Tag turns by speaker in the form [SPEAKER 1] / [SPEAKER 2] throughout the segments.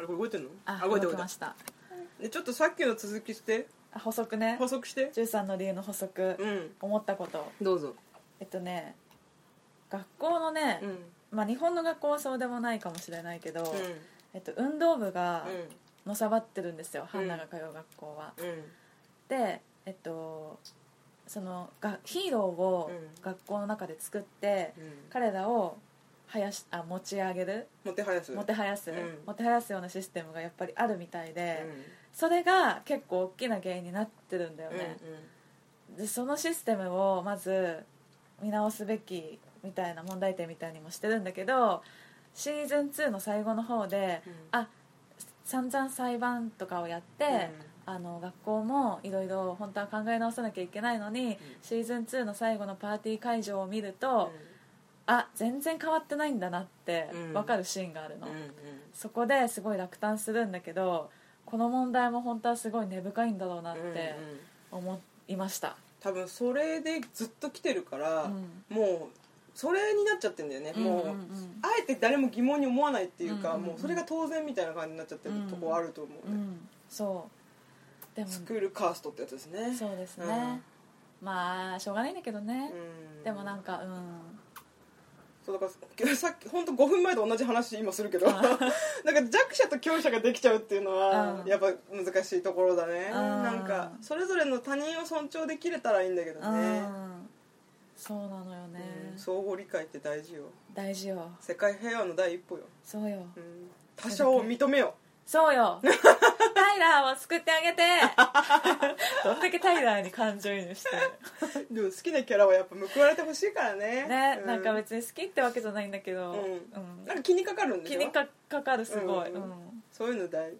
[SPEAKER 1] れこれ動いてんの
[SPEAKER 2] あ
[SPEAKER 1] 動
[SPEAKER 2] 動
[SPEAKER 1] いて
[SPEAKER 2] き
[SPEAKER 1] 動い
[SPEAKER 2] ま
[SPEAKER 1] た
[SPEAKER 2] した
[SPEAKER 1] でちょっとさっきの続きして
[SPEAKER 2] あ補足ね
[SPEAKER 1] 補足して
[SPEAKER 2] 13の理由の補足、
[SPEAKER 1] うん
[SPEAKER 2] 思ったこと
[SPEAKER 1] どうぞ
[SPEAKER 2] えっとね学校のね、
[SPEAKER 1] うんうん
[SPEAKER 2] まあ、日本の学校はそうでもないかもしれないけど、えっと、運動部がのさばってるんですよ、ハンナが通う学校は。
[SPEAKER 1] うん
[SPEAKER 2] で、えっと、そのがヒーローを
[SPEAKER 1] うん
[SPEAKER 2] 学校の中で作って、
[SPEAKER 1] うん
[SPEAKER 2] 彼らをはやしあ持ち上げる
[SPEAKER 1] もてはやす
[SPEAKER 2] もてはやす、
[SPEAKER 1] うん
[SPEAKER 2] もてはやすようなシステムがやっぱりあるみたいで、
[SPEAKER 1] う
[SPEAKER 2] それが結構大きな原因になってるんだよ
[SPEAKER 1] んうん
[SPEAKER 2] ね、でそのシステムをまず見直すべきみたいな問題点みたいにもしてるんだけどシーズン2の最後の方で、
[SPEAKER 1] うん
[SPEAKER 2] あ散々裁判とかをやって、あの学校もいろいろ本当は考え直さなきゃいけないのに、シーズン2の最後のパーティー会場を見ると、あ全然変わってないんだなって
[SPEAKER 1] うん
[SPEAKER 2] 分かるシーンがあるの、
[SPEAKER 1] うんうん
[SPEAKER 2] そこですごい落胆するんだけどこの問題も本当はすごい根深いんだろうなっ
[SPEAKER 1] うんうん
[SPEAKER 2] て思いました、
[SPEAKER 1] 多分それでずっと来てるから、
[SPEAKER 2] うん
[SPEAKER 1] もうそれになっちゃってんだよね、も
[SPEAKER 2] ん
[SPEAKER 1] うん
[SPEAKER 2] ん
[SPEAKER 1] あえて誰も疑問に思わないっていうか、
[SPEAKER 2] うんうんうん
[SPEAKER 1] もうそれが当然みたいな感じになっちゃってるとこはあると思う、
[SPEAKER 2] うん、そうでも
[SPEAKER 1] スクールカーストってやつですね
[SPEAKER 2] そうですね、まあしょうがないんだけどね
[SPEAKER 1] う、ん
[SPEAKER 2] でもなんかうん
[SPEAKER 1] そうだからさっき本当5分前と同じ話今するけど なんか弱者と強者ができちゃうっていうのは
[SPEAKER 2] うん
[SPEAKER 1] やっぱ難しいところだね
[SPEAKER 2] ん
[SPEAKER 1] なんかそれぞれの他人を尊重できれたらいいんだけど
[SPEAKER 2] う
[SPEAKER 1] ね
[SPEAKER 2] んそうなのよね、
[SPEAKER 1] うん相互理解って大事よ
[SPEAKER 2] 大事よ
[SPEAKER 1] 世界平和の第一歩よ、
[SPEAKER 2] そうよ
[SPEAKER 1] うん、他者を認めよ
[SPEAKER 2] そうよタイラーを救ってあ げてどんだけタイラーに感情移入して
[SPEAKER 1] うでも好きなキャラはやっぱ報われてほしいからね
[SPEAKER 2] るね、
[SPEAKER 1] う
[SPEAKER 2] なんか別に好きってわけじゃないんだけど、
[SPEAKER 1] うん
[SPEAKER 2] うん
[SPEAKER 1] なんか気にかかるんでし
[SPEAKER 2] 気
[SPEAKER 1] ょ
[SPEAKER 2] にかかかるすごい、
[SPEAKER 1] う
[SPEAKER 2] うんん
[SPEAKER 1] そういうの大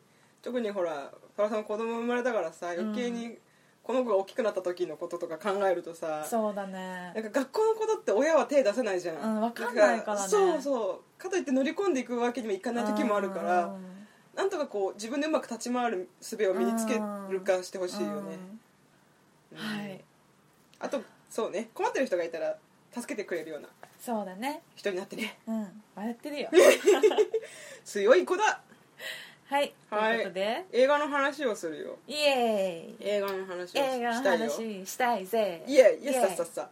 [SPEAKER 1] 特にほら原さん子供生まれたからさ余計にこの子が大きくなった時のこととか考えるとさ、
[SPEAKER 2] そうだ
[SPEAKER 1] なん
[SPEAKER 2] ね
[SPEAKER 1] か学校のことって親は手出せないじゃん、
[SPEAKER 2] うんわかんないからね
[SPEAKER 1] だそうそうかといって乗り込んでいくわけにもいかない時もあるから、
[SPEAKER 2] うん
[SPEAKER 1] なんとかこう自分でうまく立ち回る術を身につけるかしてほしいよね、
[SPEAKER 2] うん
[SPEAKER 1] うん
[SPEAKER 2] はい
[SPEAKER 1] あとそうね困ってる人がいたら助けてくれるような
[SPEAKER 2] そうだね
[SPEAKER 1] 人になってね
[SPEAKER 2] うん笑ってるよ
[SPEAKER 1] 強い子だ
[SPEAKER 2] はいと
[SPEAKER 1] はい
[SPEAKER 2] いうことで
[SPEAKER 1] 映画の話をするよ
[SPEAKER 2] イエーイ
[SPEAKER 1] 映画の話をし
[SPEAKER 2] 映画の
[SPEAKER 1] たいよ
[SPEAKER 2] 話したいぜ
[SPEAKER 1] いえいえさっさっさ、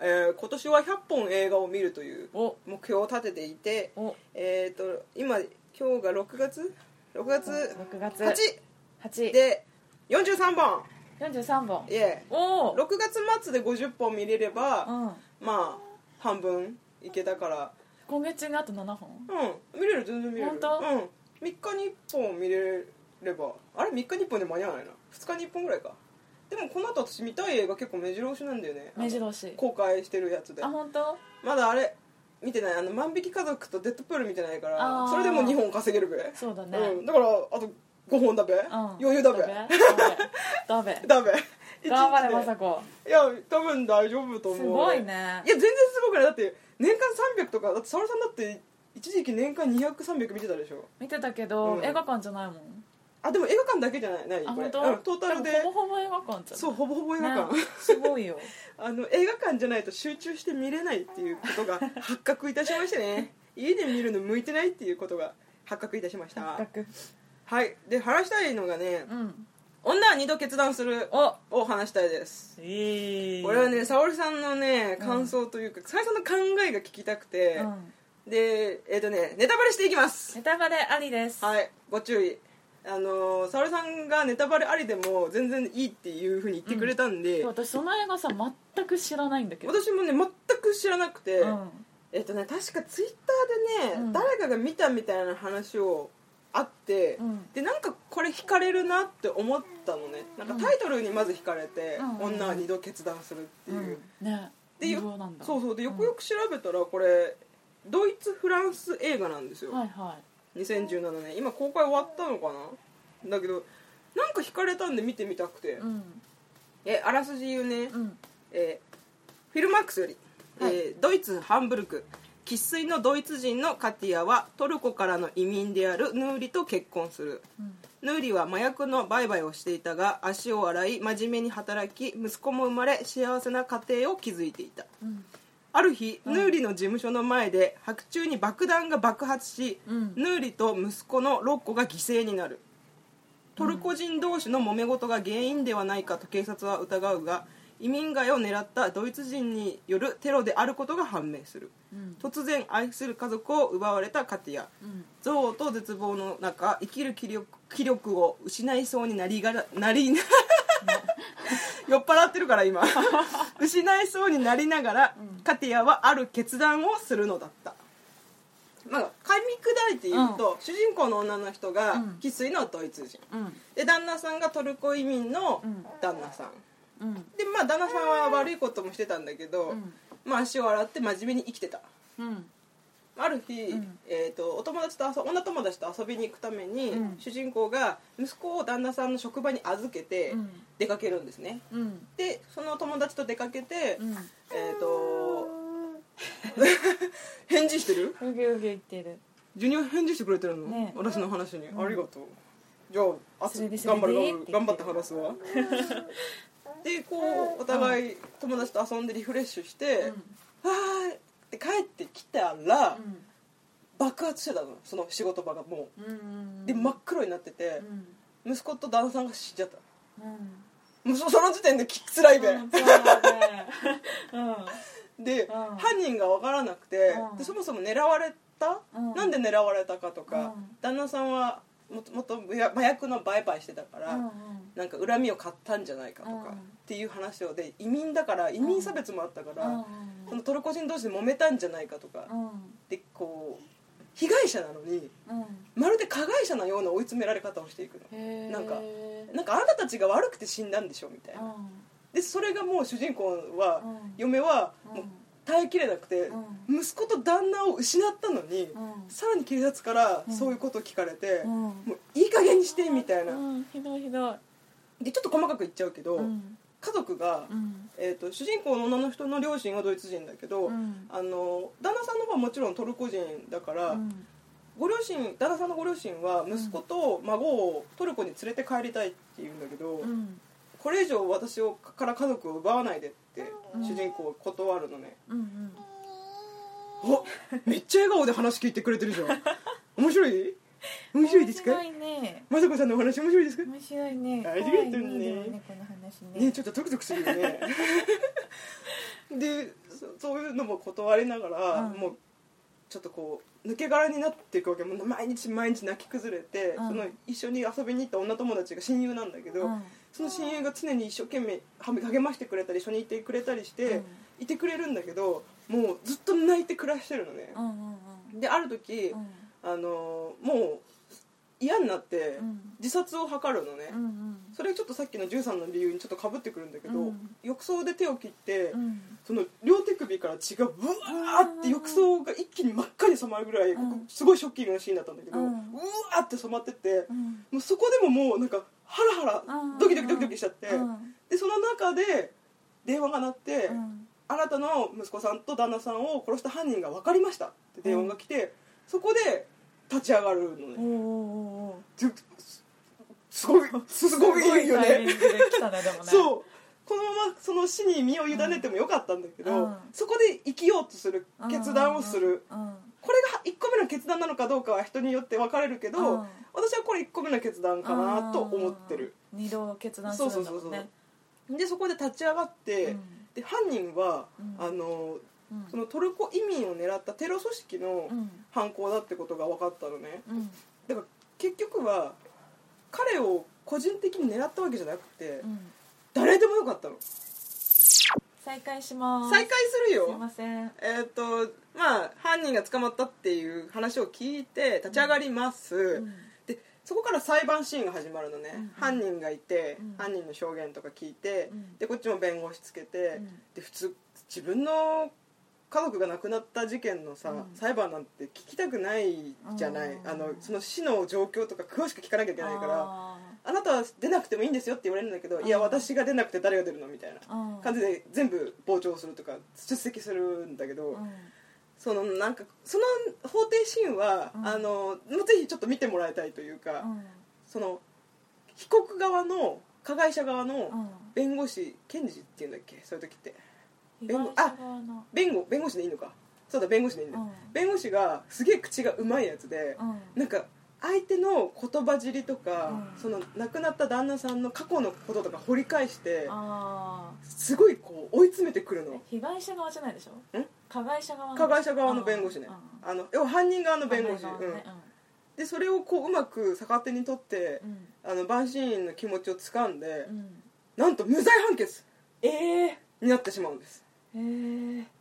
[SPEAKER 1] えー今年は100本映画を見るという
[SPEAKER 2] お
[SPEAKER 1] 目標を立てていて
[SPEAKER 2] お
[SPEAKER 1] えっ、と今今日が6月6月
[SPEAKER 2] 6月
[SPEAKER 1] 8
[SPEAKER 2] 8
[SPEAKER 1] で43本
[SPEAKER 2] 43本
[SPEAKER 1] いえ
[SPEAKER 2] おお
[SPEAKER 1] 6月末で50本見れれば
[SPEAKER 2] うん
[SPEAKER 1] まあ半分いけたから
[SPEAKER 2] 今月にあと7本
[SPEAKER 1] うん見れる全然見れる
[SPEAKER 2] 本当
[SPEAKER 1] うん、3日に1本見れればあれ3日に1本で間に合わないな2日に1本ぐらいかでもこの後私見たい映画結構目白押しなんだよね
[SPEAKER 2] 目白押し
[SPEAKER 1] 公開してるやつで
[SPEAKER 2] あ本当
[SPEAKER 1] まだあれ見てないあの万引き家族とデッドプール見てないから
[SPEAKER 2] あー
[SPEAKER 1] それでもう2本稼げるべ
[SPEAKER 2] そうだね
[SPEAKER 1] うん、だからあと5本だべ、余裕だべ
[SPEAKER 2] だべ
[SPEAKER 1] だべ
[SPEAKER 2] 頑張れま
[SPEAKER 1] まさ
[SPEAKER 2] さこ
[SPEAKER 1] いや多分大丈夫と思う
[SPEAKER 2] すごいね
[SPEAKER 1] いや全然すごくないだって年間300とかだって沙織さんだって一時期年間200300見てたでしょ
[SPEAKER 2] 見てたけど、
[SPEAKER 1] うん
[SPEAKER 2] 映画館じゃないもん
[SPEAKER 1] あでも映画館だけじゃないない
[SPEAKER 2] あ
[SPEAKER 1] これ
[SPEAKER 2] 本
[SPEAKER 1] う
[SPEAKER 2] 当
[SPEAKER 1] んトータルで
[SPEAKER 2] ほぼほぼ映画館じゃん
[SPEAKER 1] そうほぼほぼ映画館、
[SPEAKER 2] ね、すごいよ
[SPEAKER 1] あの映画館じゃないと集中して見れないっていうことが発覚いたしまして ね家で見るの向いてないっていうことが発覚いたしまし
[SPEAKER 2] 発
[SPEAKER 1] た
[SPEAKER 2] 覚
[SPEAKER 1] はいで話したいのがね
[SPEAKER 2] うん
[SPEAKER 1] 女は二度決断する
[SPEAKER 2] お
[SPEAKER 1] を話したいです
[SPEAKER 2] ええ
[SPEAKER 1] これはね沙織さんのね感想というか沙織さんの考えが聞きたくて、
[SPEAKER 2] うん、
[SPEAKER 1] でえっ、とねネタバレしていきます
[SPEAKER 2] ネタバレありです、
[SPEAKER 1] はいご注意あのー沙織さんがネタバレありでも全然いいっていうふうに言ってくれたんで、
[SPEAKER 2] 私その映画さ全く知らないんだけど、
[SPEAKER 1] 私もね全く知らなくて、
[SPEAKER 2] うん、
[SPEAKER 1] えっとね確かツイッターでね、
[SPEAKER 2] うん
[SPEAKER 1] 誰かが見たみたいな話をあって、
[SPEAKER 2] うん
[SPEAKER 1] でなんかこれ惹かれるなって思ったのねなんかタイトルにまず惹かれて、
[SPEAKER 2] うん
[SPEAKER 1] 女は二度決断するっていう、
[SPEAKER 2] うん、ね
[SPEAKER 1] でよ
[SPEAKER 2] そうなんだ
[SPEAKER 1] そうそうでよくよ
[SPEAKER 2] く、
[SPEAKER 1] く調べたらこれドイツフランス映画なんですよ、
[SPEAKER 2] はいはい
[SPEAKER 1] 2017年今公開終わったのかなだけどなんか惹かれたんで見てみたくて、
[SPEAKER 2] うん
[SPEAKER 1] えあらすじ言うね、
[SPEAKER 2] うん
[SPEAKER 1] えーフィルマックスより、
[SPEAKER 2] はい
[SPEAKER 1] えードイツハンブルク生粋のドイツ人のカティアはトルコからの移民であるヌーリと結婚する
[SPEAKER 2] うん
[SPEAKER 1] ヌーリは麻薬の売買をしていたが足を洗い真面目に働き息子も生まれ幸せな家庭を築いていた
[SPEAKER 2] うん
[SPEAKER 1] ある日、ヌーリの事務所の前で白昼に爆弾が爆発し、
[SPEAKER 2] うん
[SPEAKER 1] ヌーリと息子のロッコが犠牲になるトルコ人同士の揉め事が原因ではないかと警察は疑うが移民街を狙ったドイツ人によるテロであることが判明する
[SPEAKER 2] うん
[SPEAKER 1] 突然愛する家族を奪われたカティア
[SPEAKER 2] うん
[SPEAKER 1] 憎悪と絶望の中生きる気力気力を失いそうになりがらな り酔っ払ってるから今失いそうになりながら、カティアはある決断をするのだったまあ噛み砕いて言うと、主人公の女の人が
[SPEAKER 2] うん
[SPEAKER 1] 生粋のドイツ人
[SPEAKER 2] うん
[SPEAKER 1] で旦那さんがトルコ移民の
[SPEAKER 2] うん
[SPEAKER 1] 旦那さん
[SPEAKER 2] うん
[SPEAKER 1] でまあ旦那さんは悪いこともしてたんだけど、
[SPEAKER 2] うん
[SPEAKER 1] まあ足を洗って真面目に生きてた
[SPEAKER 2] うん
[SPEAKER 1] ある日、
[SPEAKER 2] ん
[SPEAKER 1] えー、とお友達と遊女友達と遊びに行くために、
[SPEAKER 2] うん
[SPEAKER 1] 主人公が息子を旦那さんの職場に預けて
[SPEAKER 2] うん
[SPEAKER 1] 出かけるんですね、
[SPEAKER 2] うん
[SPEAKER 1] でその友達と出かけて、
[SPEAKER 2] うん
[SPEAKER 1] えっ、と 返事してる
[SPEAKER 2] うぎゅうぎゅ言ってる
[SPEAKER 1] ジュニア返事してくれてるの、
[SPEAKER 2] ね
[SPEAKER 1] 私の話に、ありがとうじゃああ
[SPEAKER 2] それでそれ
[SPEAKER 1] 頑
[SPEAKER 2] で
[SPEAKER 1] 張る頑張
[SPEAKER 2] って
[SPEAKER 1] る頑張って話す わでこうお互い友達と遊んでリフレッシュして「わ、ーい!」って帰ってきたら、爆発してたのその仕事場がも
[SPEAKER 2] うんうん
[SPEAKER 1] うで真っ黒になってて
[SPEAKER 2] う、ん
[SPEAKER 1] 息子と旦那さんが死んじゃった
[SPEAKER 2] うん
[SPEAKER 1] もうそその時点できつらいべ、
[SPEAKER 2] うんそうだね
[SPEAKER 1] で、
[SPEAKER 2] うん
[SPEAKER 1] 犯人が分からなくて、
[SPEAKER 2] うん
[SPEAKER 1] でそもそも狙われた、
[SPEAKER 2] うん
[SPEAKER 1] なんで狙われたかとか、
[SPEAKER 2] うん
[SPEAKER 1] 旦那さんはもともと麻薬の売買してたか
[SPEAKER 2] う
[SPEAKER 1] ら、
[SPEAKER 2] んうん
[SPEAKER 1] なんか恨みを買ったんじゃないかとか、
[SPEAKER 2] う
[SPEAKER 1] っ
[SPEAKER 2] ん
[SPEAKER 1] ていう話をで移民だから移民差別もあったから、
[SPEAKER 2] うん
[SPEAKER 1] そのトルコ人同士で揉めたんじゃないかとか、
[SPEAKER 2] うん
[SPEAKER 1] でこう被害者なのに
[SPEAKER 2] うん
[SPEAKER 1] まるで加害者のような追い詰められ方をしていくの
[SPEAKER 2] へー
[SPEAKER 1] なんかなんかあなたたちが悪くて死んだんでしょみたいな、
[SPEAKER 2] う
[SPEAKER 1] でそれがもう主人公は、
[SPEAKER 2] うん
[SPEAKER 1] 嫁は
[SPEAKER 2] ん
[SPEAKER 1] もう耐えきれなくて、息子と旦那を失ったのに、
[SPEAKER 2] うん
[SPEAKER 1] さらに警察から
[SPEAKER 2] うん
[SPEAKER 1] そういうことを聞かれて、
[SPEAKER 2] うん
[SPEAKER 1] もういい加減にしてみたいな、
[SPEAKER 2] うんひどいひどい
[SPEAKER 1] でちょっと細かく言っちゃうけど、
[SPEAKER 2] うん
[SPEAKER 1] 家族が、
[SPEAKER 2] うん
[SPEAKER 1] えー、と主人公の女の人の両親はドイツ人だけど、
[SPEAKER 2] うん
[SPEAKER 1] あの旦那さんの方はもちろんトルコ人だから、
[SPEAKER 2] うん
[SPEAKER 1] ご両親旦那さんのご両親は息子と孫をトルコに連れて帰りたいって言うんだけど、
[SPEAKER 2] うん
[SPEAKER 1] これ以上私をから家族を奪わないでって
[SPEAKER 2] うん
[SPEAKER 1] 主人公は断るのね、
[SPEAKER 2] うん
[SPEAKER 1] おめっちゃ笑顔で話聞いてくれてるじゃん面白い面白いですか
[SPEAKER 2] 面白いね
[SPEAKER 1] まさこさんのお話面白いですかね
[SPEAKER 2] 面白いね
[SPEAKER 1] ありがとうね
[SPEAKER 2] 怖いでもねこの話ね
[SPEAKER 1] ちょっとゾクゾクするよねでそそういうのも断りながら、
[SPEAKER 2] うん
[SPEAKER 1] もうちょっとこう抜け殻になっていくわけもう毎日毎日泣き崩れて、
[SPEAKER 2] うん
[SPEAKER 1] その一緒に遊びに行った女友達が親友なんだけど、
[SPEAKER 2] うん
[SPEAKER 1] その親友が常に一生懸命は励ましてくれたり一緒にいてくれたりして、
[SPEAKER 2] うん
[SPEAKER 1] いてくれるんだけどもうずっと泣いて暮らしてるのね
[SPEAKER 2] う、んうん
[SPEAKER 1] である時、
[SPEAKER 2] うん
[SPEAKER 1] あのーもう嫌になって
[SPEAKER 2] うん
[SPEAKER 1] 自殺を図るのね、
[SPEAKER 2] うんうん
[SPEAKER 1] それちょっとさっきの13の理由にちょっとかぶってくるんだけど、
[SPEAKER 2] うん
[SPEAKER 1] 浴槽で手を切って、
[SPEAKER 2] うん
[SPEAKER 1] その両手首から血がブワーって浴槽が一気に真っ赤に染まるぐらい、
[SPEAKER 2] うん
[SPEAKER 1] すごいショッキングなシーンだったんだけど、
[SPEAKER 2] う
[SPEAKER 1] うんわーって染まってて、
[SPEAKER 2] うん
[SPEAKER 1] もうそこでももうなんかハラハ
[SPEAKER 2] うん
[SPEAKER 1] ラドキドキドキドキしちゃって、
[SPEAKER 2] うん
[SPEAKER 1] でその中で電話が鳴って、
[SPEAKER 2] うん
[SPEAKER 1] あなたの息子さんと旦那さんを殺した犯人が分かりましたって電話が来て、そこで立ち上がるの
[SPEAKER 2] お
[SPEAKER 1] ね、
[SPEAKER 2] ーおーおー
[SPEAKER 1] ちょすすごいすごいいいよ
[SPEAKER 2] タイミ
[SPEAKER 1] ね
[SPEAKER 2] ングで来たねでもね
[SPEAKER 1] そうこのままその死に身を委ねてもよかったんだけど、
[SPEAKER 2] うん
[SPEAKER 1] そこで生きようとする決断をする、
[SPEAKER 2] うん
[SPEAKER 1] これが1個目の決断なのかどうかは人によって分かれるけど、
[SPEAKER 2] うん
[SPEAKER 1] 私はこれ1個目の決断かなと思ってる、
[SPEAKER 2] うん二度決断するんだもんね
[SPEAKER 1] そうそうそうそうでそこで立ち上がって、
[SPEAKER 2] うん
[SPEAKER 1] で犯人は、
[SPEAKER 2] うん
[SPEAKER 1] あの
[SPEAKER 2] うん
[SPEAKER 1] そのトルコ移民を狙ったテロ組織の
[SPEAKER 2] うん
[SPEAKER 1] 犯行だってことが分かったのね
[SPEAKER 2] うん
[SPEAKER 1] だから結局は彼を個人的に狙ったわけじゃなくて
[SPEAKER 2] うん
[SPEAKER 1] 誰でもよかったの
[SPEAKER 2] 再開します
[SPEAKER 1] 再開する
[SPEAKER 2] すいま
[SPEAKER 1] よ
[SPEAKER 2] せん
[SPEAKER 1] えっ、とまあ犯人が捕まったっていう話を聞いて立ち上がります、
[SPEAKER 2] うん
[SPEAKER 1] でそこから裁判シーンが始まるのね、
[SPEAKER 2] うん
[SPEAKER 1] 犯人がいて、
[SPEAKER 2] うん
[SPEAKER 1] 犯人の証言とか聞いて、
[SPEAKER 2] うん
[SPEAKER 1] でこっちも弁護士つけて、
[SPEAKER 2] うん
[SPEAKER 1] で普通自分の家族が亡くなった事件のさ、
[SPEAKER 2] うん
[SPEAKER 1] 裁判なんて聞きたくないじゃない、
[SPEAKER 2] うん
[SPEAKER 1] あのその死の状況とか詳しく聞かなきゃいけないからあ
[SPEAKER 2] あ
[SPEAKER 1] なたは出なくてもいいんですよって言われるんだけど、
[SPEAKER 2] うん
[SPEAKER 1] いや私が出なくて誰が出るのみたいな
[SPEAKER 2] ーうん
[SPEAKER 1] 感じで全部傍聴するとか出席するんだけど、
[SPEAKER 2] うん
[SPEAKER 1] そのなんかその法廷シーンは、
[SPEAKER 2] うん
[SPEAKER 1] あのもうぜひちょっと見てもらいたいというか。その被告側の加害者側
[SPEAKER 2] うんう
[SPEAKER 1] の
[SPEAKER 2] ん
[SPEAKER 1] 弁護士検事っていうんだっけそういう時って弁護あ弁護弁護士でいいのかそうだ弁護士でいいんだ、
[SPEAKER 2] うん
[SPEAKER 1] 弁護士がすげえ口がうまいやつで、なんか相手の言葉尻とか、
[SPEAKER 2] うん
[SPEAKER 1] その亡くなった旦那さんの過去のこととか掘り返して
[SPEAKER 2] あ
[SPEAKER 1] すごいこう追い詰めてくるの
[SPEAKER 2] ー被害者側じゃないでしょ
[SPEAKER 1] ん
[SPEAKER 2] 加害者側の
[SPEAKER 1] 加害者側の弁護士ね
[SPEAKER 2] うん
[SPEAKER 1] あの要は犯人側の弁護士、
[SPEAKER 2] 加害
[SPEAKER 1] うん
[SPEAKER 2] 側のね
[SPEAKER 1] でそれをこううまく逆手に取って
[SPEAKER 2] う、ん
[SPEAKER 1] あの陪審員の気持ちを掴んで
[SPEAKER 2] う、ん
[SPEAKER 1] なんと無罪判決
[SPEAKER 2] ええ
[SPEAKER 1] になってしまうんです
[SPEAKER 2] ええ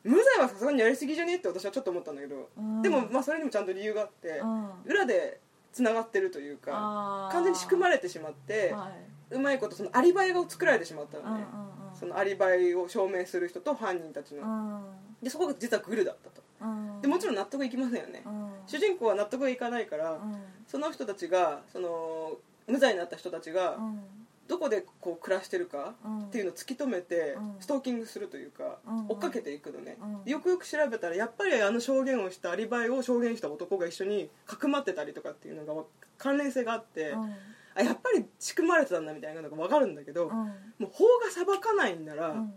[SPEAKER 1] 無罪はさすがにやりすぎじゃねって私はちょっと思ったんだけど、
[SPEAKER 2] うん
[SPEAKER 1] でもまあそれにもちゃんと理由があって、裏でつながってるというか完
[SPEAKER 2] 完
[SPEAKER 1] 全に仕組
[SPEAKER 2] ま
[SPEAKER 1] まれてしまって、
[SPEAKER 2] はいう
[SPEAKER 1] まいことそのアリバイが作られてしまった
[SPEAKER 2] うんう
[SPEAKER 1] の
[SPEAKER 2] ん
[SPEAKER 1] ね、
[SPEAKER 2] うん
[SPEAKER 1] そのアリバイを証明する人と犯人たちの、
[SPEAKER 2] うん
[SPEAKER 1] でそこが実はグルだったと
[SPEAKER 2] うん
[SPEAKER 1] でもちろん納得いきませんよね、
[SPEAKER 2] うん
[SPEAKER 1] 主人公は納得がいかないから、
[SPEAKER 2] うん
[SPEAKER 1] その人たちがその無罪になった人たちが、
[SPEAKER 2] うん
[SPEAKER 1] どこでこう暮らしてるか
[SPEAKER 2] うん
[SPEAKER 1] っていうのを突き止めて、
[SPEAKER 2] うん
[SPEAKER 1] ストーキングするというか、
[SPEAKER 2] うん
[SPEAKER 1] 追っかけていくのね、
[SPEAKER 2] うん
[SPEAKER 1] でよくよく調べたらやっぱりあの証言をしたアリバイを証言した男が一緒にかくまってたりとかっていうのが関連性があって、
[SPEAKER 2] うん
[SPEAKER 1] あやっぱり仕組まれてたんだみたいなのが分かるんだけど、
[SPEAKER 2] うん
[SPEAKER 1] もう法が裁かないんなら、
[SPEAKER 2] うん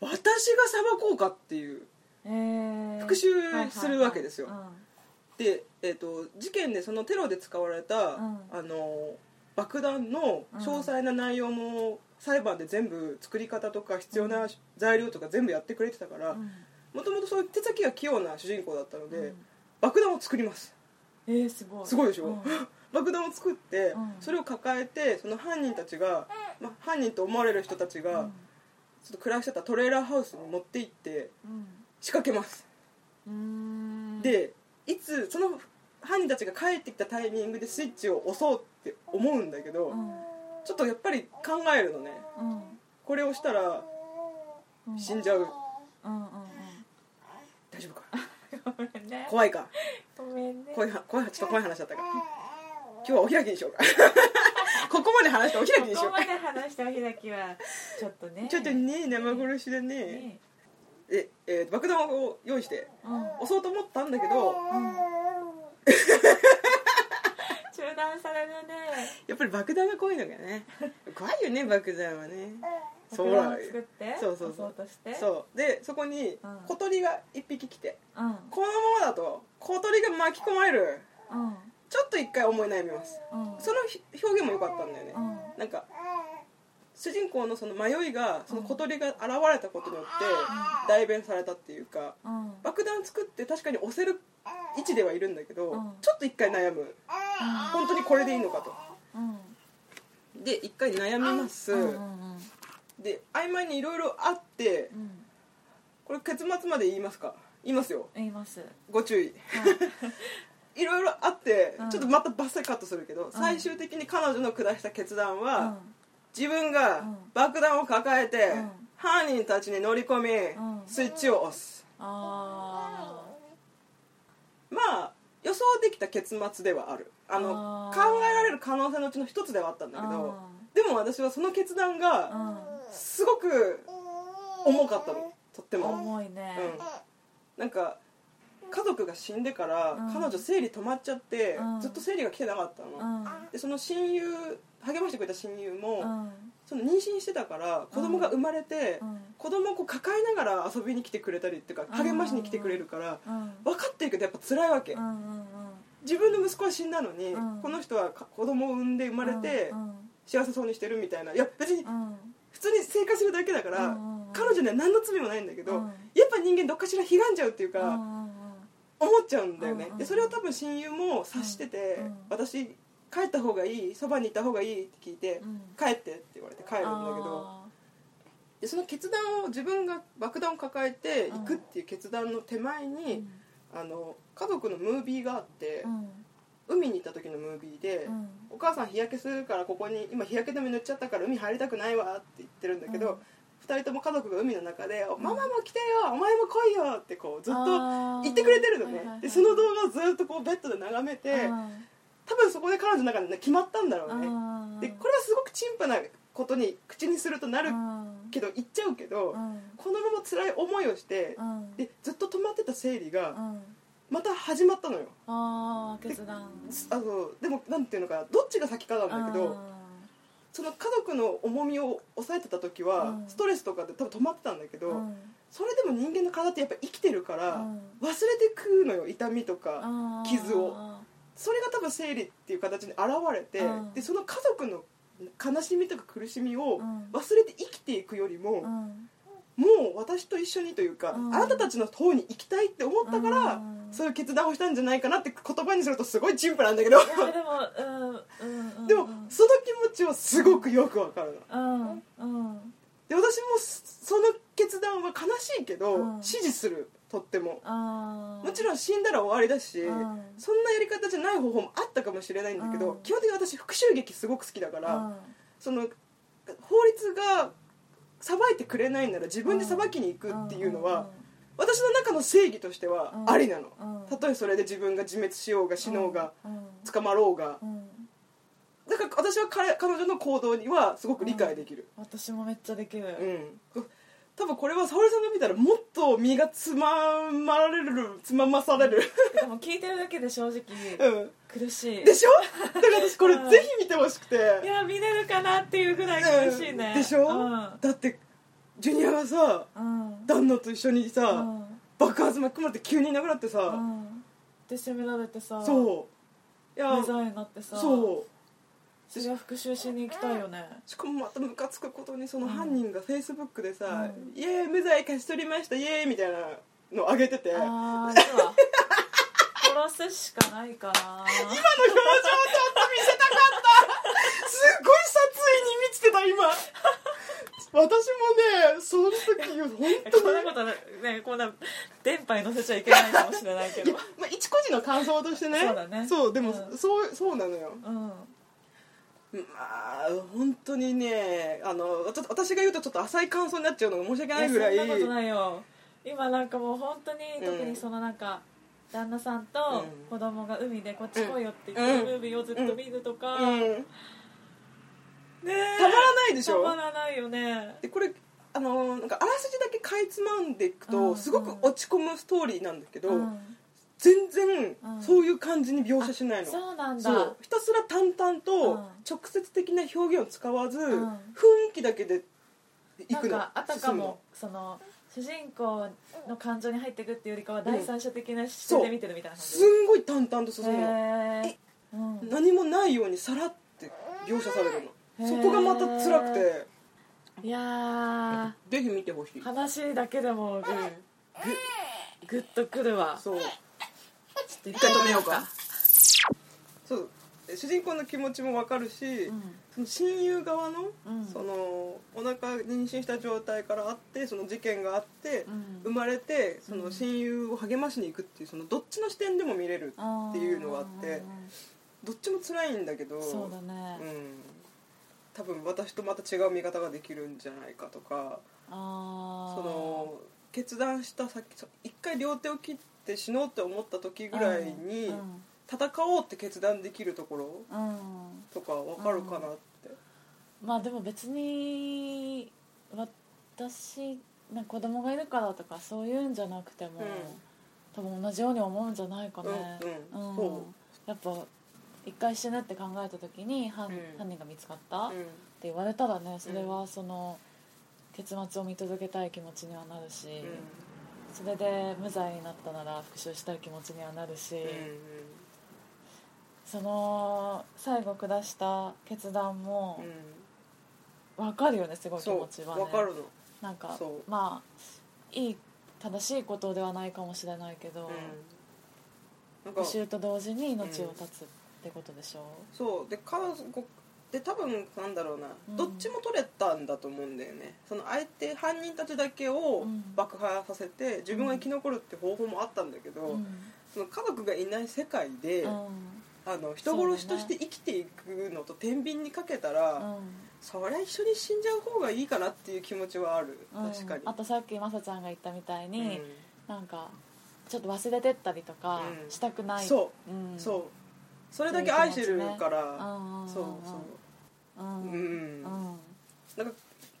[SPEAKER 1] 私が裁こうかっていう
[SPEAKER 2] えー
[SPEAKER 1] 復讐するわけですよ
[SPEAKER 2] はいはいはい
[SPEAKER 1] で、えー、と事件でそのテロで使われた、
[SPEAKER 2] ん
[SPEAKER 1] あの爆弾の詳細な内容も裁判で全部作り方とか必要な材料とか全部やってくれてたから
[SPEAKER 2] うん
[SPEAKER 1] もともとそういう手先が器用な主人公だったので、
[SPEAKER 2] うん
[SPEAKER 1] 爆弾を作ります
[SPEAKER 2] えーすごい
[SPEAKER 1] すごいでしょ、
[SPEAKER 2] うん
[SPEAKER 1] 爆弾を作って、
[SPEAKER 2] うん
[SPEAKER 1] それを抱えてその犯人たちが、まあ、犯人と思われる人たちが、
[SPEAKER 2] うん
[SPEAKER 1] ちょっと暮らしてたトレーラーハウスに持って行って
[SPEAKER 2] うん
[SPEAKER 1] 仕掛けます
[SPEAKER 2] うーん
[SPEAKER 1] でいつその犯人たちが帰ってきたタイミングでスイッチを押そうって思うんだけど、
[SPEAKER 2] うん
[SPEAKER 1] ちょっとやっぱり考えるのね
[SPEAKER 2] うん
[SPEAKER 1] これをしたら
[SPEAKER 2] うん
[SPEAKER 1] 死んじゃう、
[SPEAKER 2] うんうん
[SPEAKER 1] 大丈夫か
[SPEAKER 2] うんごめんね
[SPEAKER 1] 怖いか
[SPEAKER 2] ごめんね
[SPEAKER 1] 怖いは怖いちょっと怖い話だったから今日はお開きにしよう かここまで話してお開きにし
[SPEAKER 2] こ
[SPEAKER 1] よ
[SPEAKER 2] こ
[SPEAKER 1] う
[SPEAKER 2] ま
[SPEAKER 1] か
[SPEAKER 2] で話したひらきはちょっとね
[SPEAKER 1] ちょっとね生殺しでね
[SPEAKER 2] ね
[SPEAKER 1] ええー爆弾を用意して
[SPEAKER 2] うん
[SPEAKER 1] 押そうと思ったんだけど
[SPEAKER 2] 中断されるね
[SPEAKER 1] やっぱり爆弾が怖いのがね怖いよね爆弾はねそう
[SPEAKER 2] 桜を作って
[SPEAKER 1] そうそうそう
[SPEAKER 2] 押として
[SPEAKER 1] そうでそこに
[SPEAKER 2] うん
[SPEAKER 1] 小鳥が一匹来て
[SPEAKER 2] うんうん
[SPEAKER 1] このままだと小鳥が巻き込まれるちょっと一回思い悩みます
[SPEAKER 2] うん
[SPEAKER 1] そのひ表現も良かったんだよね
[SPEAKER 2] うん
[SPEAKER 1] なんか主人公のその迷いがその小鳥が現れたことによって代弁されたっていうか
[SPEAKER 2] うんうん
[SPEAKER 1] 爆弾作って確かに押せる位置ではいるんだけど
[SPEAKER 2] うん
[SPEAKER 1] ちょっと一回悩む本当にこれでいいのかと
[SPEAKER 2] うん
[SPEAKER 1] で一回悩みます
[SPEAKER 2] うんうん
[SPEAKER 1] で曖昧にいろいろあって
[SPEAKER 2] うん
[SPEAKER 1] これ結末まで言いますか言いますよ
[SPEAKER 2] 言います
[SPEAKER 1] ご注 意
[SPEAKER 2] はい
[SPEAKER 1] いろいろあって
[SPEAKER 2] うん
[SPEAKER 1] ちょっとまたバッサリカットするけど最終的に彼女の下した決断は自分が
[SPEAKER 2] うん
[SPEAKER 1] 爆弾を抱えて
[SPEAKER 2] うん
[SPEAKER 1] 犯人たちに乗り込み
[SPEAKER 2] ん
[SPEAKER 1] スイッチを押す
[SPEAKER 2] あ
[SPEAKER 1] まあ予想できた結末ではあるあの
[SPEAKER 2] あー
[SPEAKER 1] 考えられる可能性のうちの一つではあったんだけどでも私はその決断
[SPEAKER 2] あ
[SPEAKER 1] がすごく重かったのとって
[SPEAKER 2] うん
[SPEAKER 1] も
[SPEAKER 2] 重いね
[SPEAKER 1] うんなんか家族が死んでから
[SPEAKER 2] うん
[SPEAKER 1] 彼女生理止まっちゃって
[SPEAKER 2] うん
[SPEAKER 1] ずっと生理が来てなかったの
[SPEAKER 2] うん
[SPEAKER 1] でその親友励ましてくれた親友も、
[SPEAKER 2] うん
[SPEAKER 1] その妊娠してたから子供が生まれて、
[SPEAKER 2] うん
[SPEAKER 1] 子供をこう抱えながら遊びに来てくれたりっていうか
[SPEAKER 2] うん
[SPEAKER 1] 励ましに来てくれるから、
[SPEAKER 2] うん
[SPEAKER 1] 分かってるけどやっぱ辛いわけ、
[SPEAKER 2] うんうんうん
[SPEAKER 1] 自分の息子は死んだのに、
[SPEAKER 2] うん
[SPEAKER 1] この人はか子供を産んで生まれて
[SPEAKER 2] うん
[SPEAKER 1] 幸せそうにしてるみたいないや別に
[SPEAKER 2] うん
[SPEAKER 1] 普通に生活するだけだから、
[SPEAKER 2] うんうんうん
[SPEAKER 1] 彼女には何の罪もないんだけど、
[SPEAKER 2] うん
[SPEAKER 1] やっぱ人間どっかしらひがんじゃうっていう
[SPEAKER 2] う
[SPEAKER 1] か、
[SPEAKER 2] んうん
[SPEAKER 1] 思っちゃうんだよね、
[SPEAKER 2] うんうん
[SPEAKER 1] でそれを多分親友も察してて、
[SPEAKER 2] うんうん
[SPEAKER 1] 私帰った方がいいそばにいた方がいいって聞いて、
[SPEAKER 2] うん
[SPEAKER 1] 帰ってって言われて帰るんだけど
[SPEAKER 2] あ
[SPEAKER 1] でその決断を自分が爆弾を抱えて行くっていう決断の手前
[SPEAKER 2] ー
[SPEAKER 1] に、あの家族のムービーがあって
[SPEAKER 2] う、ん
[SPEAKER 1] 海に行った時のムービーで、
[SPEAKER 2] うん
[SPEAKER 1] お母さん日焼けするからここに今日焼け止め塗っちゃったから海入りたくないわって言ってるんだけど、二2人とも家族が海の中で「ママも来てよお前も来いよ」ってこうずっと
[SPEAKER 2] あー
[SPEAKER 1] 言ってくれてるのね、
[SPEAKER 2] はいはいはい
[SPEAKER 1] でその動画をずっとこうベッドで眺めて
[SPEAKER 2] うん
[SPEAKER 1] 多分そこで彼女の中で、ね、決まったんだろうね
[SPEAKER 2] うん
[SPEAKER 1] でこれはすごく陳腐なことに口にするとなる
[SPEAKER 2] うん
[SPEAKER 1] けど言っちゃうけど、
[SPEAKER 2] うん
[SPEAKER 1] このまま辛い思いをして、
[SPEAKER 2] うん
[SPEAKER 1] でずっと止まってた生理
[SPEAKER 2] う
[SPEAKER 1] が
[SPEAKER 2] ん
[SPEAKER 1] また始まったのよ
[SPEAKER 2] あー決断
[SPEAKER 1] あのでもなんていうのかなどっちが先かなんだけど、その家族の重みを抑えてた時は、
[SPEAKER 2] うん
[SPEAKER 1] ストレスとかで多分止まってたんだけど、
[SPEAKER 2] うんうん
[SPEAKER 1] それでも人間の体ってやっぱ生きてるから、
[SPEAKER 2] うん
[SPEAKER 1] 忘れてくのよ痛みとか、
[SPEAKER 2] あー
[SPEAKER 1] 傷をそれが多分生理っていう形に現れて、
[SPEAKER 2] うん
[SPEAKER 1] でその家族の悲しみとか苦しみを
[SPEAKER 2] うん
[SPEAKER 1] 忘れて生きていくよりも、
[SPEAKER 2] うん
[SPEAKER 1] もう私と一緒にというか、
[SPEAKER 2] うん
[SPEAKER 1] あなたたちの方に行きたいって思ったから、
[SPEAKER 2] うん
[SPEAKER 1] そういう決断をしたんじゃないかなって言葉にするとすごいチンプなんだけど
[SPEAKER 2] いやでもうんうんうん
[SPEAKER 1] でもその気持ちはすごくよくわかるの
[SPEAKER 2] うんうん
[SPEAKER 1] で私もその決断は悲しいけど、
[SPEAKER 2] うん
[SPEAKER 1] 支持するとっても
[SPEAKER 2] あー
[SPEAKER 1] もちろん死んだら終わりだし、
[SPEAKER 2] うん
[SPEAKER 1] そんなやり方じゃない方法もあったかもしれないんだけど、
[SPEAKER 2] うん
[SPEAKER 1] 基本的に私復讐劇すごく好きだから、
[SPEAKER 2] うん
[SPEAKER 1] その法律が裁いてくれないなら自分で裁きに行くっていうのは、私の中の正義としては
[SPEAKER 2] うん
[SPEAKER 1] ありなの、
[SPEAKER 2] うんうん
[SPEAKER 1] たとえそれで自分が自滅しようが死のうが、
[SPEAKER 2] うん
[SPEAKER 1] 捕まろうが
[SPEAKER 2] うん
[SPEAKER 1] だから私は彼彼女の行動にはすごく理解できる
[SPEAKER 2] 私もめっちゃでき
[SPEAKER 1] うん
[SPEAKER 2] る、、
[SPEAKER 1] 多分これは沙織さんが見たらもっと身がつままれるつままされる
[SPEAKER 2] でも聞いてるだけで正直
[SPEAKER 1] うん
[SPEAKER 2] 苦しい
[SPEAKER 1] でしょだから私これ
[SPEAKER 2] うん
[SPEAKER 1] ぜひ見てほしくて
[SPEAKER 2] いや見れるかなっていうぐらい苦しいね、
[SPEAKER 1] うんでしょ、
[SPEAKER 2] うん
[SPEAKER 1] だってジュニアがさ
[SPEAKER 2] うん
[SPEAKER 1] 旦那と一緒にさ、
[SPEAKER 2] うん
[SPEAKER 1] 爆発巻き込まれて急にいなくなって
[SPEAKER 2] う
[SPEAKER 1] さ、
[SPEAKER 2] んで責められてさ
[SPEAKER 1] そういや
[SPEAKER 2] 目障りになってさ
[SPEAKER 1] そう
[SPEAKER 2] それは復讐しに行きたいよね
[SPEAKER 1] しかもまたムカつくことにその
[SPEAKER 2] うん
[SPEAKER 1] 犯人がフェイスブックでさ
[SPEAKER 2] う
[SPEAKER 1] 「イエーイ無罪貸し取りましたイエーイ」みたいなの上げてて今の
[SPEAKER 2] ああでは 殺すしかないかな
[SPEAKER 1] 表情ちょっと見せたかったすっごい殺意に満ちてた今私もねその時本
[SPEAKER 2] こん
[SPEAKER 1] 当
[SPEAKER 2] な
[SPEAKER 1] に
[SPEAKER 2] ことねこんな電波に乗せちゃいけないかもしれないけ
[SPEAKER 1] いや
[SPEAKER 2] ど、
[SPEAKER 1] まあ、一個人の感想としてね
[SPEAKER 2] そうだね
[SPEAKER 1] そうでも、
[SPEAKER 2] うん
[SPEAKER 1] そうそうなのよ
[SPEAKER 2] うん
[SPEAKER 1] まあ本当にねあのちょっと私が言うとちょっと浅い感想になっちゃうのが申し訳ないぐらい
[SPEAKER 2] いやそんなことないよ今なんかもう本当に特にそのなんか、旦那さんと
[SPEAKER 1] うん
[SPEAKER 2] 子供が海でこっち来いよって言ってるムービーをずっと見るとか、
[SPEAKER 1] うん、
[SPEAKER 2] ねえ
[SPEAKER 1] たまらないでしょ
[SPEAKER 2] たまらないよね
[SPEAKER 1] でこれあのーなんかあらすじだけかいつまんでいく
[SPEAKER 2] うん
[SPEAKER 1] と
[SPEAKER 2] うん
[SPEAKER 1] すごく落ち込むストーリーなんだけど、
[SPEAKER 2] うん
[SPEAKER 1] 全然
[SPEAKER 2] うん
[SPEAKER 1] そういう感じに描写しないの、
[SPEAKER 2] そうなんだ
[SPEAKER 1] そうひたすら淡々
[SPEAKER 2] うん
[SPEAKER 1] と直接的な表現を使わず、
[SPEAKER 2] ん
[SPEAKER 1] 雰囲気だけでい
[SPEAKER 2] な
[SPEAKER 1] く
[SPEAKER 2] ん
[SPEAKER 1] の
[SPEAKER 2] かあたか
[SPEAKER 1] 進むの
[SPEAKER 2] もその主人公の感情に入っていくっていうよりかは第三者的な視
[SPEAKER 1] そ
[SPEAKER 2] 点
[SPEAKER 1] う
[SPEAKER 2] で見てるみたいな感じ
[SPEAKER 1] すんごい淡々と進むの
[SPEAKER 2] へえうん
[SPEAKER 1] 何もないようにさらって描写される
[SPEAKER 2] へ
[SPEAKER 1] の
[SPEAKER 2] ー
[SPEAKER 1] そこがまた辛くて
[SPEAKER 2] いや
[SPEAKER 1] ぜひ見てほしい
[SPEAKER 2] ー話だけでもグッグッとくるわちょ
[SPEAKER 1] そう
[SPEAKER 2] っと一
[SPEAKER 1] 一回止めようかそう主人公の気持ちもわかるし、
[SPEAKER 2] うん
[SPEAKER 1] その親友側の,、
[SPEAKER 2] うん
[SPEAKER 1] そのお腹妊娠した状態からあってその事件があって、
[SPEAKER 2] うん
[SPEAKER 1] 生まれてその親友を励ましに行くっていうそのどっちの視点でも見れるっていうのがあってどっちも辛いんだけど
[SPEAKER 2] そうだ
[SPEAKER 1] う
[SPEAKER 2] ね
[SPEAKER 1] ん、多分私とまた違う見方ができるんじゃないかとか
[SPEAKER 2] ああ
[SPEAKER 1] その決断した先そ一回両手を切って死のうって思った時ぐらいに
[SPEAKER 2] うん
[SPEAKER 1] 戦おうって決断できるところ
[SPEAKER 2] うんうん
[SPEAKER 1] とかわかるかなって。
[SPEAKER 2] まあでも別に私なんか子供がいるからとかそういうんじゃなくても、
[SPEAKER 1] うん
[SPEAKER 2] 多分同じように思うんじゃないかね、
[SPEAKER 1] うんうんそ
[SPEAKER 2] やっぱ一回死ぬって考えた時に犯,、
[SPEAKER 1] うん
[SPEAKER 2] 犯人が見つかったっ
[SPEAKER 1] う
[SPEAKER 2] て
[SPEAKER 1] ん
[SPEAKER 2] 言われたらねそれはその結末を見届けたい気持ちにはなるし、それで無罪になったなら復讐したい気持ちにはなるし、
[SPEAKER 1] う
[SPEAKER 2] その最後下した決断も
[SPEAKER 1] ん
[SPEAKER 2] 分かるよねすごい気
[SPEAKER 1] そ
[SPEAKER 2] 持ち
[SPEAKER 1] う
[SPEAKER 2] はね。
[SPEAKER 1] わかるの
[SPEAKER 2] なんか
[SPEAKER 1] そう
[SPEAKER 2] まあいい正しいことではないかもしれないけど、
[SPEAKER 1] うんなんか
[SPEAKER 2] 復讐と同時に命を絶つってことでしょ、
[SPEAKER 1] そうで家族で多分なんだろうな、
[SPEAKER 2] うん
[SPEAKER 1] どっちも取れたんだと思うんだよねその相手犯人たちだけを
[SPEAKER 2] うん
[SPEAKER 1] 爆破させて自分が生き残るって方法もあったんだけど、
[SPEAKER 2] うん
[SPEAKER 1] その家族がいない世界で、
[SPEAKER 2] うん
[SPEAKER 1] あの人殺しとして生きていくのと天秤にかけたら、そりゃ一緒に死んじゃう方がいいかなっていう気持ちはある、
[SPEAKER 2] うん
[SPEAKER 1] 確かに
[SPEAKER 2] あとさっきまさちゃんが言ったみたいに、
[SPEAKER 1] うん
[SPEAKER 2] なんかちょっと忘れてったりとか
[SPEAKER 1] うん
[SPEAKER 2] したくない、、
[SPEAKER 1] そう
[SPEAKER 2] ん、
[SPEAKER 1] そうそれだけ愛してるか
[SPEAKER 2] うん
[SPEAKER 1] ら、
[SPEAKER 2] うんうん
[SPEAKER 1] そうそう、う
[SPEAKER 2] うんう
[SPEAKER 1] ん
[SPEAKER 2] んうん
[SPEAKER 1] なんか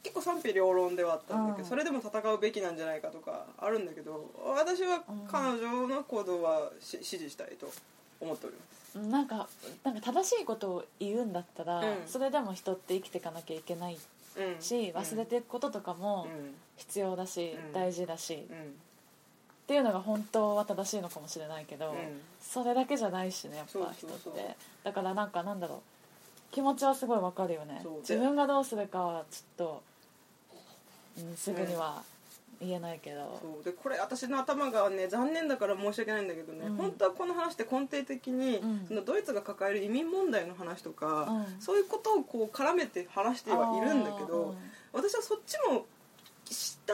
[SPEAKER 1] 結構賛否両論ではあったんだけど、
[SPEAKER 2] うん
[SPEAKER 1] それでも戦うべきなんじゃないかとかあるんだけど私は彼女の行動はし支持したいと思っております
[SPEAKER 2] なんかなんか正しいことを言うんだったら、
[SPEAKER 1] うん
[SPEAKER 2] それでも人って生きていかなきゃいけない
[SPEAKER 1] うん
[SPEAKER 2] し忘れていくこととかも必要だし、
[SPEAKER 1] うん
[SPEAKER 2] 大事だし、
[SPEAKER 1] うんうん
[SPEAKER 2] っていうのが本当は正しいのかもしれないけど、
[SPEAKER 1] うん
[SPEAKER 2] それだけじゃないしねやっぱ人って
[SPEAKER 1] そうそうそう
[SPEAKER 2] だからなんかなんだろう気持ちはすごいわかるよね
[SPEAKER 1] そう
[SPEAKER 2] 自分がどうするかはちょっと、うん、すぐには言えないけど、
[SPEAKER 1] そうでこれ私の頭がね残念だから申し訳ないんだけどね、
[SPEAKER 2] うん
[SPEAKER 1] 本当はこの話って根底的に、
[SPEAKER 2] うん
[SPEAKER 1] そのドイツが抱える移民問題の話とか、
[SPEAKER 2] うん
[SPEAKER 1] そういうことをこう絡めて話してはいるんだけど、
[SPEAKER 2] あ
[SPEAKER 1] 私はそっちも知った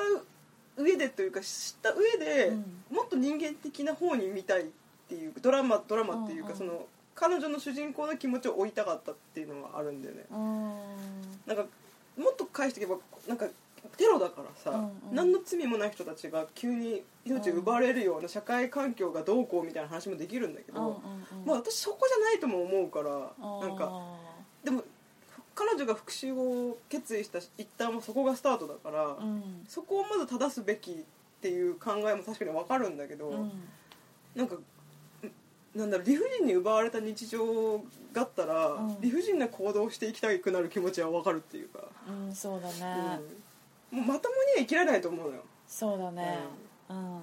[SPEAKER 1] 上でというか知った上で、
[SPEAKER 2] うん
[SPEAKER 1] もっと人間的な方に見たいっていうドラマドラマっていうか、
[SPEAKER 2] うんうん
[SPEAKER 1] その彼女の主人公の気持ちを追いたかったっていうのはあるんだよね。
[SPEAKER 2] ーうん
[SPEAKER 1] なんかもっと返していけばなんかテロだからさ、
[SPEAKER 2] うんうん
[SPEAKER 1] 何の罪もない人たちが急に命を奪われるような社会環境がどうこうみたいな話もできるんだけ
[SPEAKER 2] うんうん
[SPEAKER 1] ど、
[SPEAKER 2] うん
[SPEAKER 1] まあ、私そこじゃないとも思うからなんかでも彼女が復讐を決意した一旦もそこがスタートだから、
[SPEAKER 2] あーうん
[SPEAKER 1] そこをまず正すべきっていう考えも確かに分かるんだけど、
[SPEAKER 2] うん
[SPEAKER 1] なんかんなんだろう理不尽に奪われた日常があったら、
[SPEAKER 2] うん
[SPEAKER 1] 理不尽な行動をしていきたくなる気持ちは分かるっていうか。
[SPEAKER 2] うん、そうだね、
[SPEAKER 1] うんもうまともには生きられないと思うのよ、
[SPEAKER 2] そうだねうん、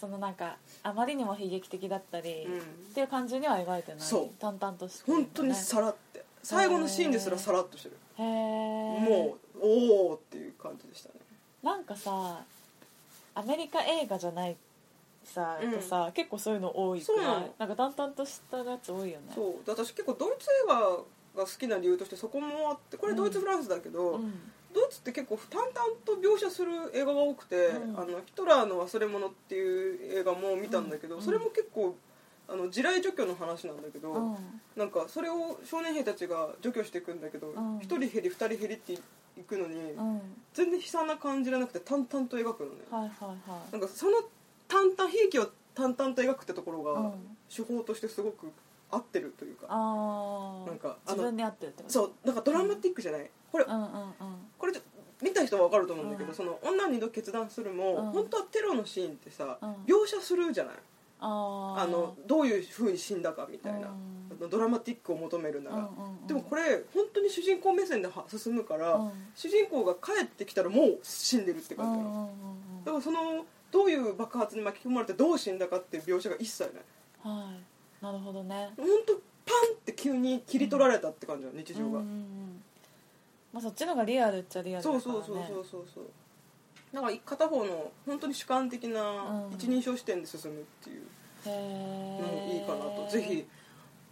[SPEAKER 2] そのなんかあまりにも悲劇的だったり、
[SPEAKER 1] うん
[SPEAKER 2] っていう感じには描いてない
[SPEAKER 1] そう
[SPEAKER 2] 淡々としてるよね
[SPEAKER 1] 本当にさらって最後のシーンですらさらっとしてる、
[SPEAKER 2] へえ
[SPEAKER 1] もうおおっていう感じでしたね
[SPEAKER 2] うなんかさアメリカ映画じゃないさ、
[SPEAKER 1] うん
[SPEAKER 2] とさ結構そういうの多い
[SPEAKER 1] そう
[SPEAKER 2] ら
[SPEAKER 1] ないの
[SPEAKER 2] なんか淡々としたやつ多いよね
[SPEAKER 1] そうで私結構ドイツ映画が好きな理由としてそこもあってこれドイツ、
[SPEAKER 2] うん
[SPEAKER 1] フランスだけど、
[SPEAKER 2] うん
[SPEAKER 1] ドイツって結構淡々と描写する映画が多くて「
[SPEAKER 2] うん
[SPEAKER 1] あのヒトラーの忘れ物」っていう映画も見たんだけど、
[SPEAKER 2] うん
[SPEAKER 1] それも結構あの地雷除去の話なんだけど、
[SPEAKER 2] うん
[SPEAKER 1] なんかそれを少年兵たちが除去していくんだけど、
[SPEAKER 2] うん
[SPEAKER 1] 一人減り二人減りっていくのに、
[SPEAKER 2] うん
[SPEAKER 1] 全然悲惨な感じじゃなくて淡々と描くのね、
[SPEAKER 2] はいはいは
[SPEAKER 1] なんかその淡々悲劇を淡々と描くってところが、
[SPEAKER 2] うん
[SPEAKER 1] 手法としてすごく合ってるというか
[SPEAKER 2] ああ
[SPEAKER 1] なんかあの
[SPEAKER 2] 自分に合ってるってこと
[SPEAKER 1] そうなんかドラマティックじゃない、これ
[SPEAKER 2] うんうんうん
[SPEAKER 1] これちょ見た人は分かると思うんだけど、
[SPEAKER 2] うん
[SPEAKER 1] その女に度決断するも、
[SPEAKER 2] うん
[SPEAKER 1] 本当はテロのシーンってさ、
[SPEAKER 2] うん
[SPEAKER 1] 描写するじゃない
[SPEAKER 2] あー
[SPEAKER 1] あのどういうふうに死んだかみたいな、
[SPEAKER 2] うん
[SPEAKER 1] あのドラマティックを求めるなら、
[SPEAKER 2] うんうんうん
[SPEAKER 1] でもこれ本当に主人公目線では進むから、
[SPEAKER 2] うん
[SPEAKER 1] 主人公が帰ってきたらもう死んでるって
[SPEAKER 2] うん
[SPEAKER 1] 感じな
[SPEAKER 2] う
[SPEAKER 1] の、
[SPEAKER 2] んうんうん
[SPEAKER 1] だからそのどういう爆発に巻き込まれてどう死んだかっていう描写が一切ない
[SPEAKER 2] はい、なるほどね
[SPEAKER 1] 本当パンって急に切り取られたって感じなの日常が、
[SPEAKER 2] うんうんうんまあ、そっちの方がリアルっちゃリアルだか
[SPEAKER 1] そ
[SPEAKER 2] ら、
[SPEAKER 1] う
[SPEAKER 2] ね、
[SPEAKER 1] そうそうそうそうそうだから片方の本当に主観的な
[SPEAKER 2] うん
[SPEAKER 1] 一人称視点で進むっていう
[SPEAKER 2] へ
[SPEAKER 1] のも
[SPEAKER 2] え
[SPEAKER 1] いいかなと、ぜひ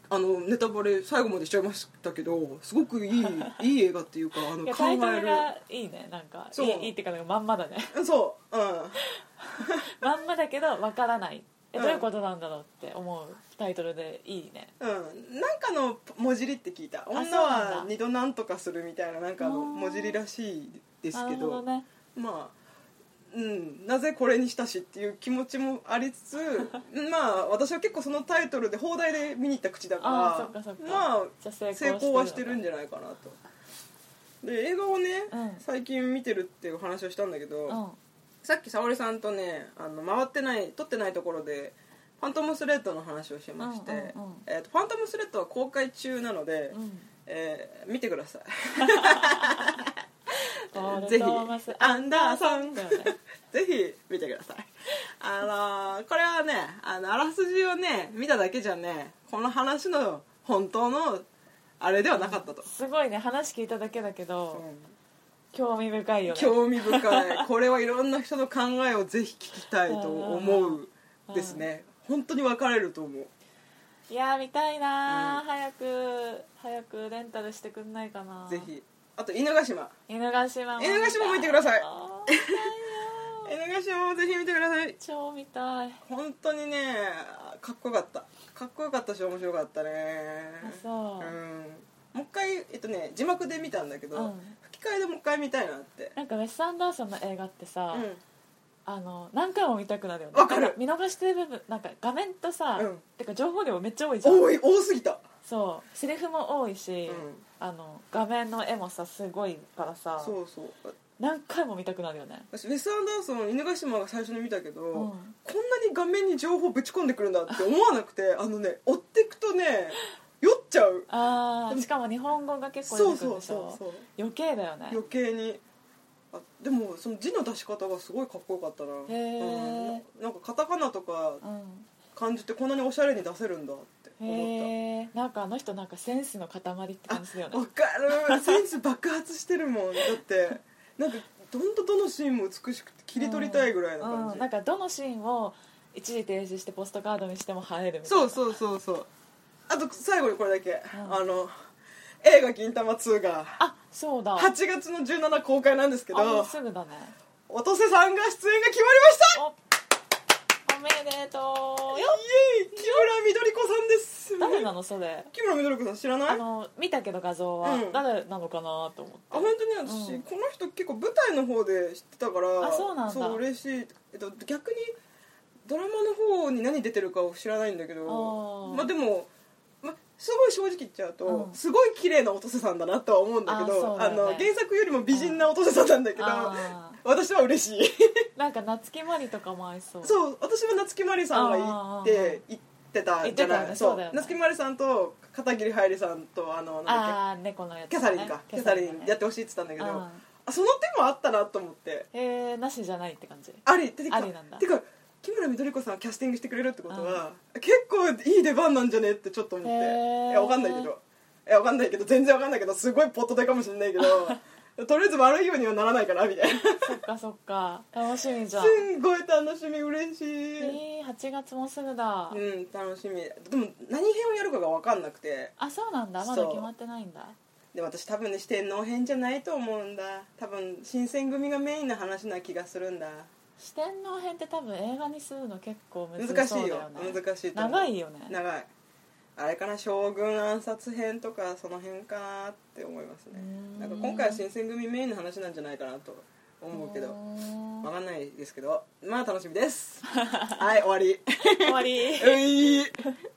[SPEAKER 1] あのネタバレ最後までしちゃいましたけどすご くいいいい映画っていうかあの
[SPEAKER 2] いや
[SPEAKER 1] 考
[SPEAKER 2] タイト
[SPEAKER 1] え
[SPEAKER 2] ル
[SPEAKER 1] る
[SPEAKER 2] がいいねなんかい
[SPEAKER 1] そう
[SPEAKER 2] いいいっていうかなんかまんまだね
[SPEAKER 1] そううん
[SPEAKER 2] まんまだけどわからないえ
[SPEAKER 1] うん
[SPEAKER 2] どういうことなんだろうって思うタイトルでいいね
[SPEAKER 1] うん、なんかの文字りって聞いた
[SPEAKER 2] そうなん
[SPEAKER 1] 女
[SPEAKER 2] だ
[SPEAKER 1] は二度なんとかするみたいななんかあの
[SPEAKER 2] あー
[SPEAKER 1] 文字りらしいです
[SPEAKER 2] な
[SPEAKER 1] け
[SPEAKER 2] るほどね
[SPEAKER 1] まあうん、なぜこれにしたしっていう気持ちもありつ つまあ私は結構そのタイトルで放題で見に行った口だから
[SPEAKER 2] ああそっかそっか
[SPEAKER 1] ま
[SPEAKER 2] じゃあ
[SPEAKER 1] あ
[SPEAKER 2] 成
[SPEAKER 1] 成
[SPEAKER 2] 功
[SPEAKER 1] 功はしてるん
[SPEAKER 2] じ
[SPEAKER 1] じゃないかなとで映画をね、
[SPEAKER 2] うん
[SPEAKER 1] 最近見てるっていう話をしたんだけど、
[SPEAKER 2] うん
[SPEAKER 1] さっき沙織さんとねあの回ってない撮ってないところで「ファントムスレッド」の話をしまして、
[SPEAKER 2] うんうんうん
[SPEAKER 1] えーと「ファントムスレッド」は公開中なので、
[SPEAKER 2] うん
[SPEAKER 1] えー見てください
[SPEAKER 2] ポール
[SPEAKER 1] ぜひ
[SPEAKER 2] トーマス
[SPEAKER 1] アンダーソン
[SPEAKER 2] だよね
[SPEAKER 1] ぜひ見てくださいあのーこれはねあのあらすじをね見ただけじゃねこの話の本当のあれではなかったと、
[SPEAKER 2] すごいね話聞いただけだけど、興味深いよね
[SPEAKER 1] 興味深いこれはいろんな人の考えをぜひ聞きたいと思うですね本当に分かれると思う
[SPEAKER 2] いやー見たいなー、
[SPEAKER 1] うん
[SPEAKER 2] 早く早くレンタルしてくんないかな
[SPEAKER 1] ぜひあと犬ヶ島
[SPEAKER 2] 犬ヶ島も
[SPEAKER 1] 犬ヶ島も見てください
[SPEAKER 2] あー見たいよー
[SPEAKER 1] 犬ヶ島もぜひ見てください
[SPEAKER 2] 超見たい
[SPEAKER 1] 本当にねかっこよかったかっこよかったし面白かったね
[SPEAKER 2] あそう
[SPEAKER 1] うんもう一回えっとね字幕で見たんだけど、
[SPEAKER 2] うん
[SPEAKER 1] 吹き替えでもう一回見たいなって
[SPEAKER 2] なんかウェス・アンダーソンの映画ってさ、
[SPEAKER 1] うん
[SPEAKER 2] あの何回も見たくなるよね
[SPEAKER 1] わかる
[SPEAKER 2] なん見逃してる部分なんか画面とさ、
[SPEAKER 1] うん
[SPEAKER 2] てか情報量めっちゃ多いじゃん
[SPEAKER 1] 多い多すぎた
[SPEAKER 2] そうセリフも多いし、
[SPEAKER 1] うん
[SPEAKER 2] あの画面の絵もさすごいからさ
[SPEAKER 1] そうそう
[SPEAKER 2] 何回も見たくなるよね
[SPEAKER 1] 私ウェス・アンダーソン犬ヶ島が最初に見たけど、
[SPEAKER 2] ん
[SPEAKER 1] こんな に画面に情報ぶち込んでくるんだって思わなくてあのね追ってくとね酔っちゃう
[SPEAKER 2] あ
[SPEAKER 1] で
[SPEAKER 2] あ
[SPEAKER 1] も
[SPEAKER 2] しかも日本語が結構
[SPEAKER 1] そ
[SPEAKER 2] 出
[SPEAKER 1] う
[SPEAKER 2] てくる
[SPEAKER 1] そ
[SPEAKER 2] で
[SPEAKER 1] う
[SPEAKER 2] し
[SPEAKER 1] そ
[SPEAKER 2] ょ
[SPEAKER 1] うそう
[SPEAKER 2] 余計だよね
[SPEAKER 1] 余計にあでもその字の出し方がすごいかっこよかったな
[SPEAKER 2] へー
[SPEAKER 1] うんなんかカタカナとか
[SPEAKER 2] うん
[SPEAKER 1] 漢字ってこんなにおしゃれに出せるんだって思っ
[SPEAKER 2] へえんかあの人なんかセンスの塊って感じだよ
[SPEAKER 1] たわ
[SPEAKER 2] ね
[SPEAKER 1] かるセンス爆発してるもんだ ってなんかどんどんどのシーンも美しくて切り取りたいぐらいな感
[SPEAKER 2] う
[SPEAKER 1] じ、
[SPEAKER 2] ん、なんかどのシーンを一時停止してポストカードにしても映えるみたいな
[SPEAKER 1] そうそうそうそうあと最後にこれだけ、
[SPEAKER 2] ん
[SPEAKER 1] あの映画「銀魂2」が
[SPEAKER 2] あそうだ
[SPEAKER 1] 8月の17公開なんですけ
[SPEAKER 2] あもう
[SPEAKER 1] ど
[SPEAKER 2] すぐだね
[SPEAKER 1] 音瀬さんが出演が決まりました
[SPEAKER 2] おおめでとうよ
[SPEAKER 1] イエーイ木村みどり子さんです
[SPEAKER 2] 誰なのそれ
[SPEAKER 1] 木村みどり子さん知らない
[SPEAKER 2] あ
[SPEAKER 1] あ
[SPEAKER 2] の見たけど画像は、
[SPEAKER 1] うん
[SPEAKER 2] 誰なのかなと思って
[SPEAKER 1] 本当に私、
[SPEAKER 2] うん
[SPEAKER 1] この人結構舞台の方で知ってたから
[SPEAKER 2] あそうなんだ
[SPEAKER 1] そう嬉しい、えっと、逆にドラマの方に何出てるかを知らないんだけど
[SPEAKER 2] あー
[SPEAKER 1] まあでも、ま、すごい正直言っちゃうと、
[SPEAKER 2] うん
[SPEAKER 1] すごい綺麗な音瀬さんだなとは思うんだけ
[SPEAKER 2] あーそ
[SPEAKER 1] ど
[SPEAKER 2] うだよね
[SPEAKER 1] の原作よりも美人な音瀬さんなんだけど
[SPEAKER 2] あ
[SPEAKER 1] 私は嬉しい
[SPEAKER 2] ーなんか夏木マリとかも合いそう
[SPEAKER 1] そう私は夏木マリさんが行って行ってたじゃ
[SPEAKER 2] 行ってた
[SPEAKER 1] な
[SPEAKER 2] よ
[SPEAKER 1] い
[SPEAKER 2] ね
[SPEAKER 1] そ
[SPEAKER 2] そう
[SPEAKER 1] う
[SPEAKER 2] だよね
[SPEAKER 1] 夏木マリさんと片桐はいりさんとあのなんだっけ
[SPEAKER 2] ああ猫のやつ
[SPEAKER 1] キ
[SPEAKER 2] ね、
[SPEAKER 1] ャサリンかキャサリンやっててほしいって言ったんだけど
[SPEAKER 2] あ
[SPEAKER 1] あその手もあったなと思って
[SPEAKER 2] ーえー、なしじゃないって感じ
[SPEAKER 1] ありて
[SPEAKER 2] あ
[SPEAKER 1] か
[SPEAKER 2] りなんだ
[SPEAKER 1] てか木村みどり子さんキャスティングしてくれるってことは結構いい出番なんじゃねってちょっと思って
[SPEAKER 2] へー
[SPEAKER 1] いやわかんないけどいやわかんないけど全然わかんないけどすごいポットでかもしれないけ どとりあえず悪いようにはならないかなみたいな
[SPEAKER 2] そっかそっか楽しみじ
[SPEAKER 1] す
[SPEAKER 2] ゃん
[SPEAKER 1] んごい楽しみ嬉しい
[SPEAKER 2] えー、8月もすぐだ、
[SPEAKER 1] うん楽しみでも何編をやるかがわかんなくて
[SPEAKER 2] あそうなんだま
[SPEAKER 1] そ
[SPEAKER 2] だ
[SPEAKER 1] う
[SPEAKER 2] 決まってないんだ
[SPEAKER 1] で私多分ね四天王編じゃないと思うんだ多分新選組がメインな話な気がするんだ
[SPEAKER 2] 四天王編って多分映画にするの結構難
[SPEAKER 1] 難し
[SPEAKER 2] そうだ
[SPEAKER 1] い
[SPEAKER 2] よ
[SPEAKER 1] よ
[SPEAKER 2] ね
[SPEAKER 1] 難しいと思う
[SPEAKER 2] 長いよね
[SPEAKER 1] 長いあれかな将軍暗殺編とかその辺かなって思いますね
[SPEAKER 2] うーん
[SPEAKER 1] なんか今回は新選組メインの話なんじゃないかなと思うけ
[SPEAKER 2] う
[SPEAKER 1] ど
[SPEAKER 2] ーん
[SPEAKER 1] わかんない ですけどまあ楽しみですはい終わり
[SPEAKER 2] 終わり
[SPEAKER 1] うい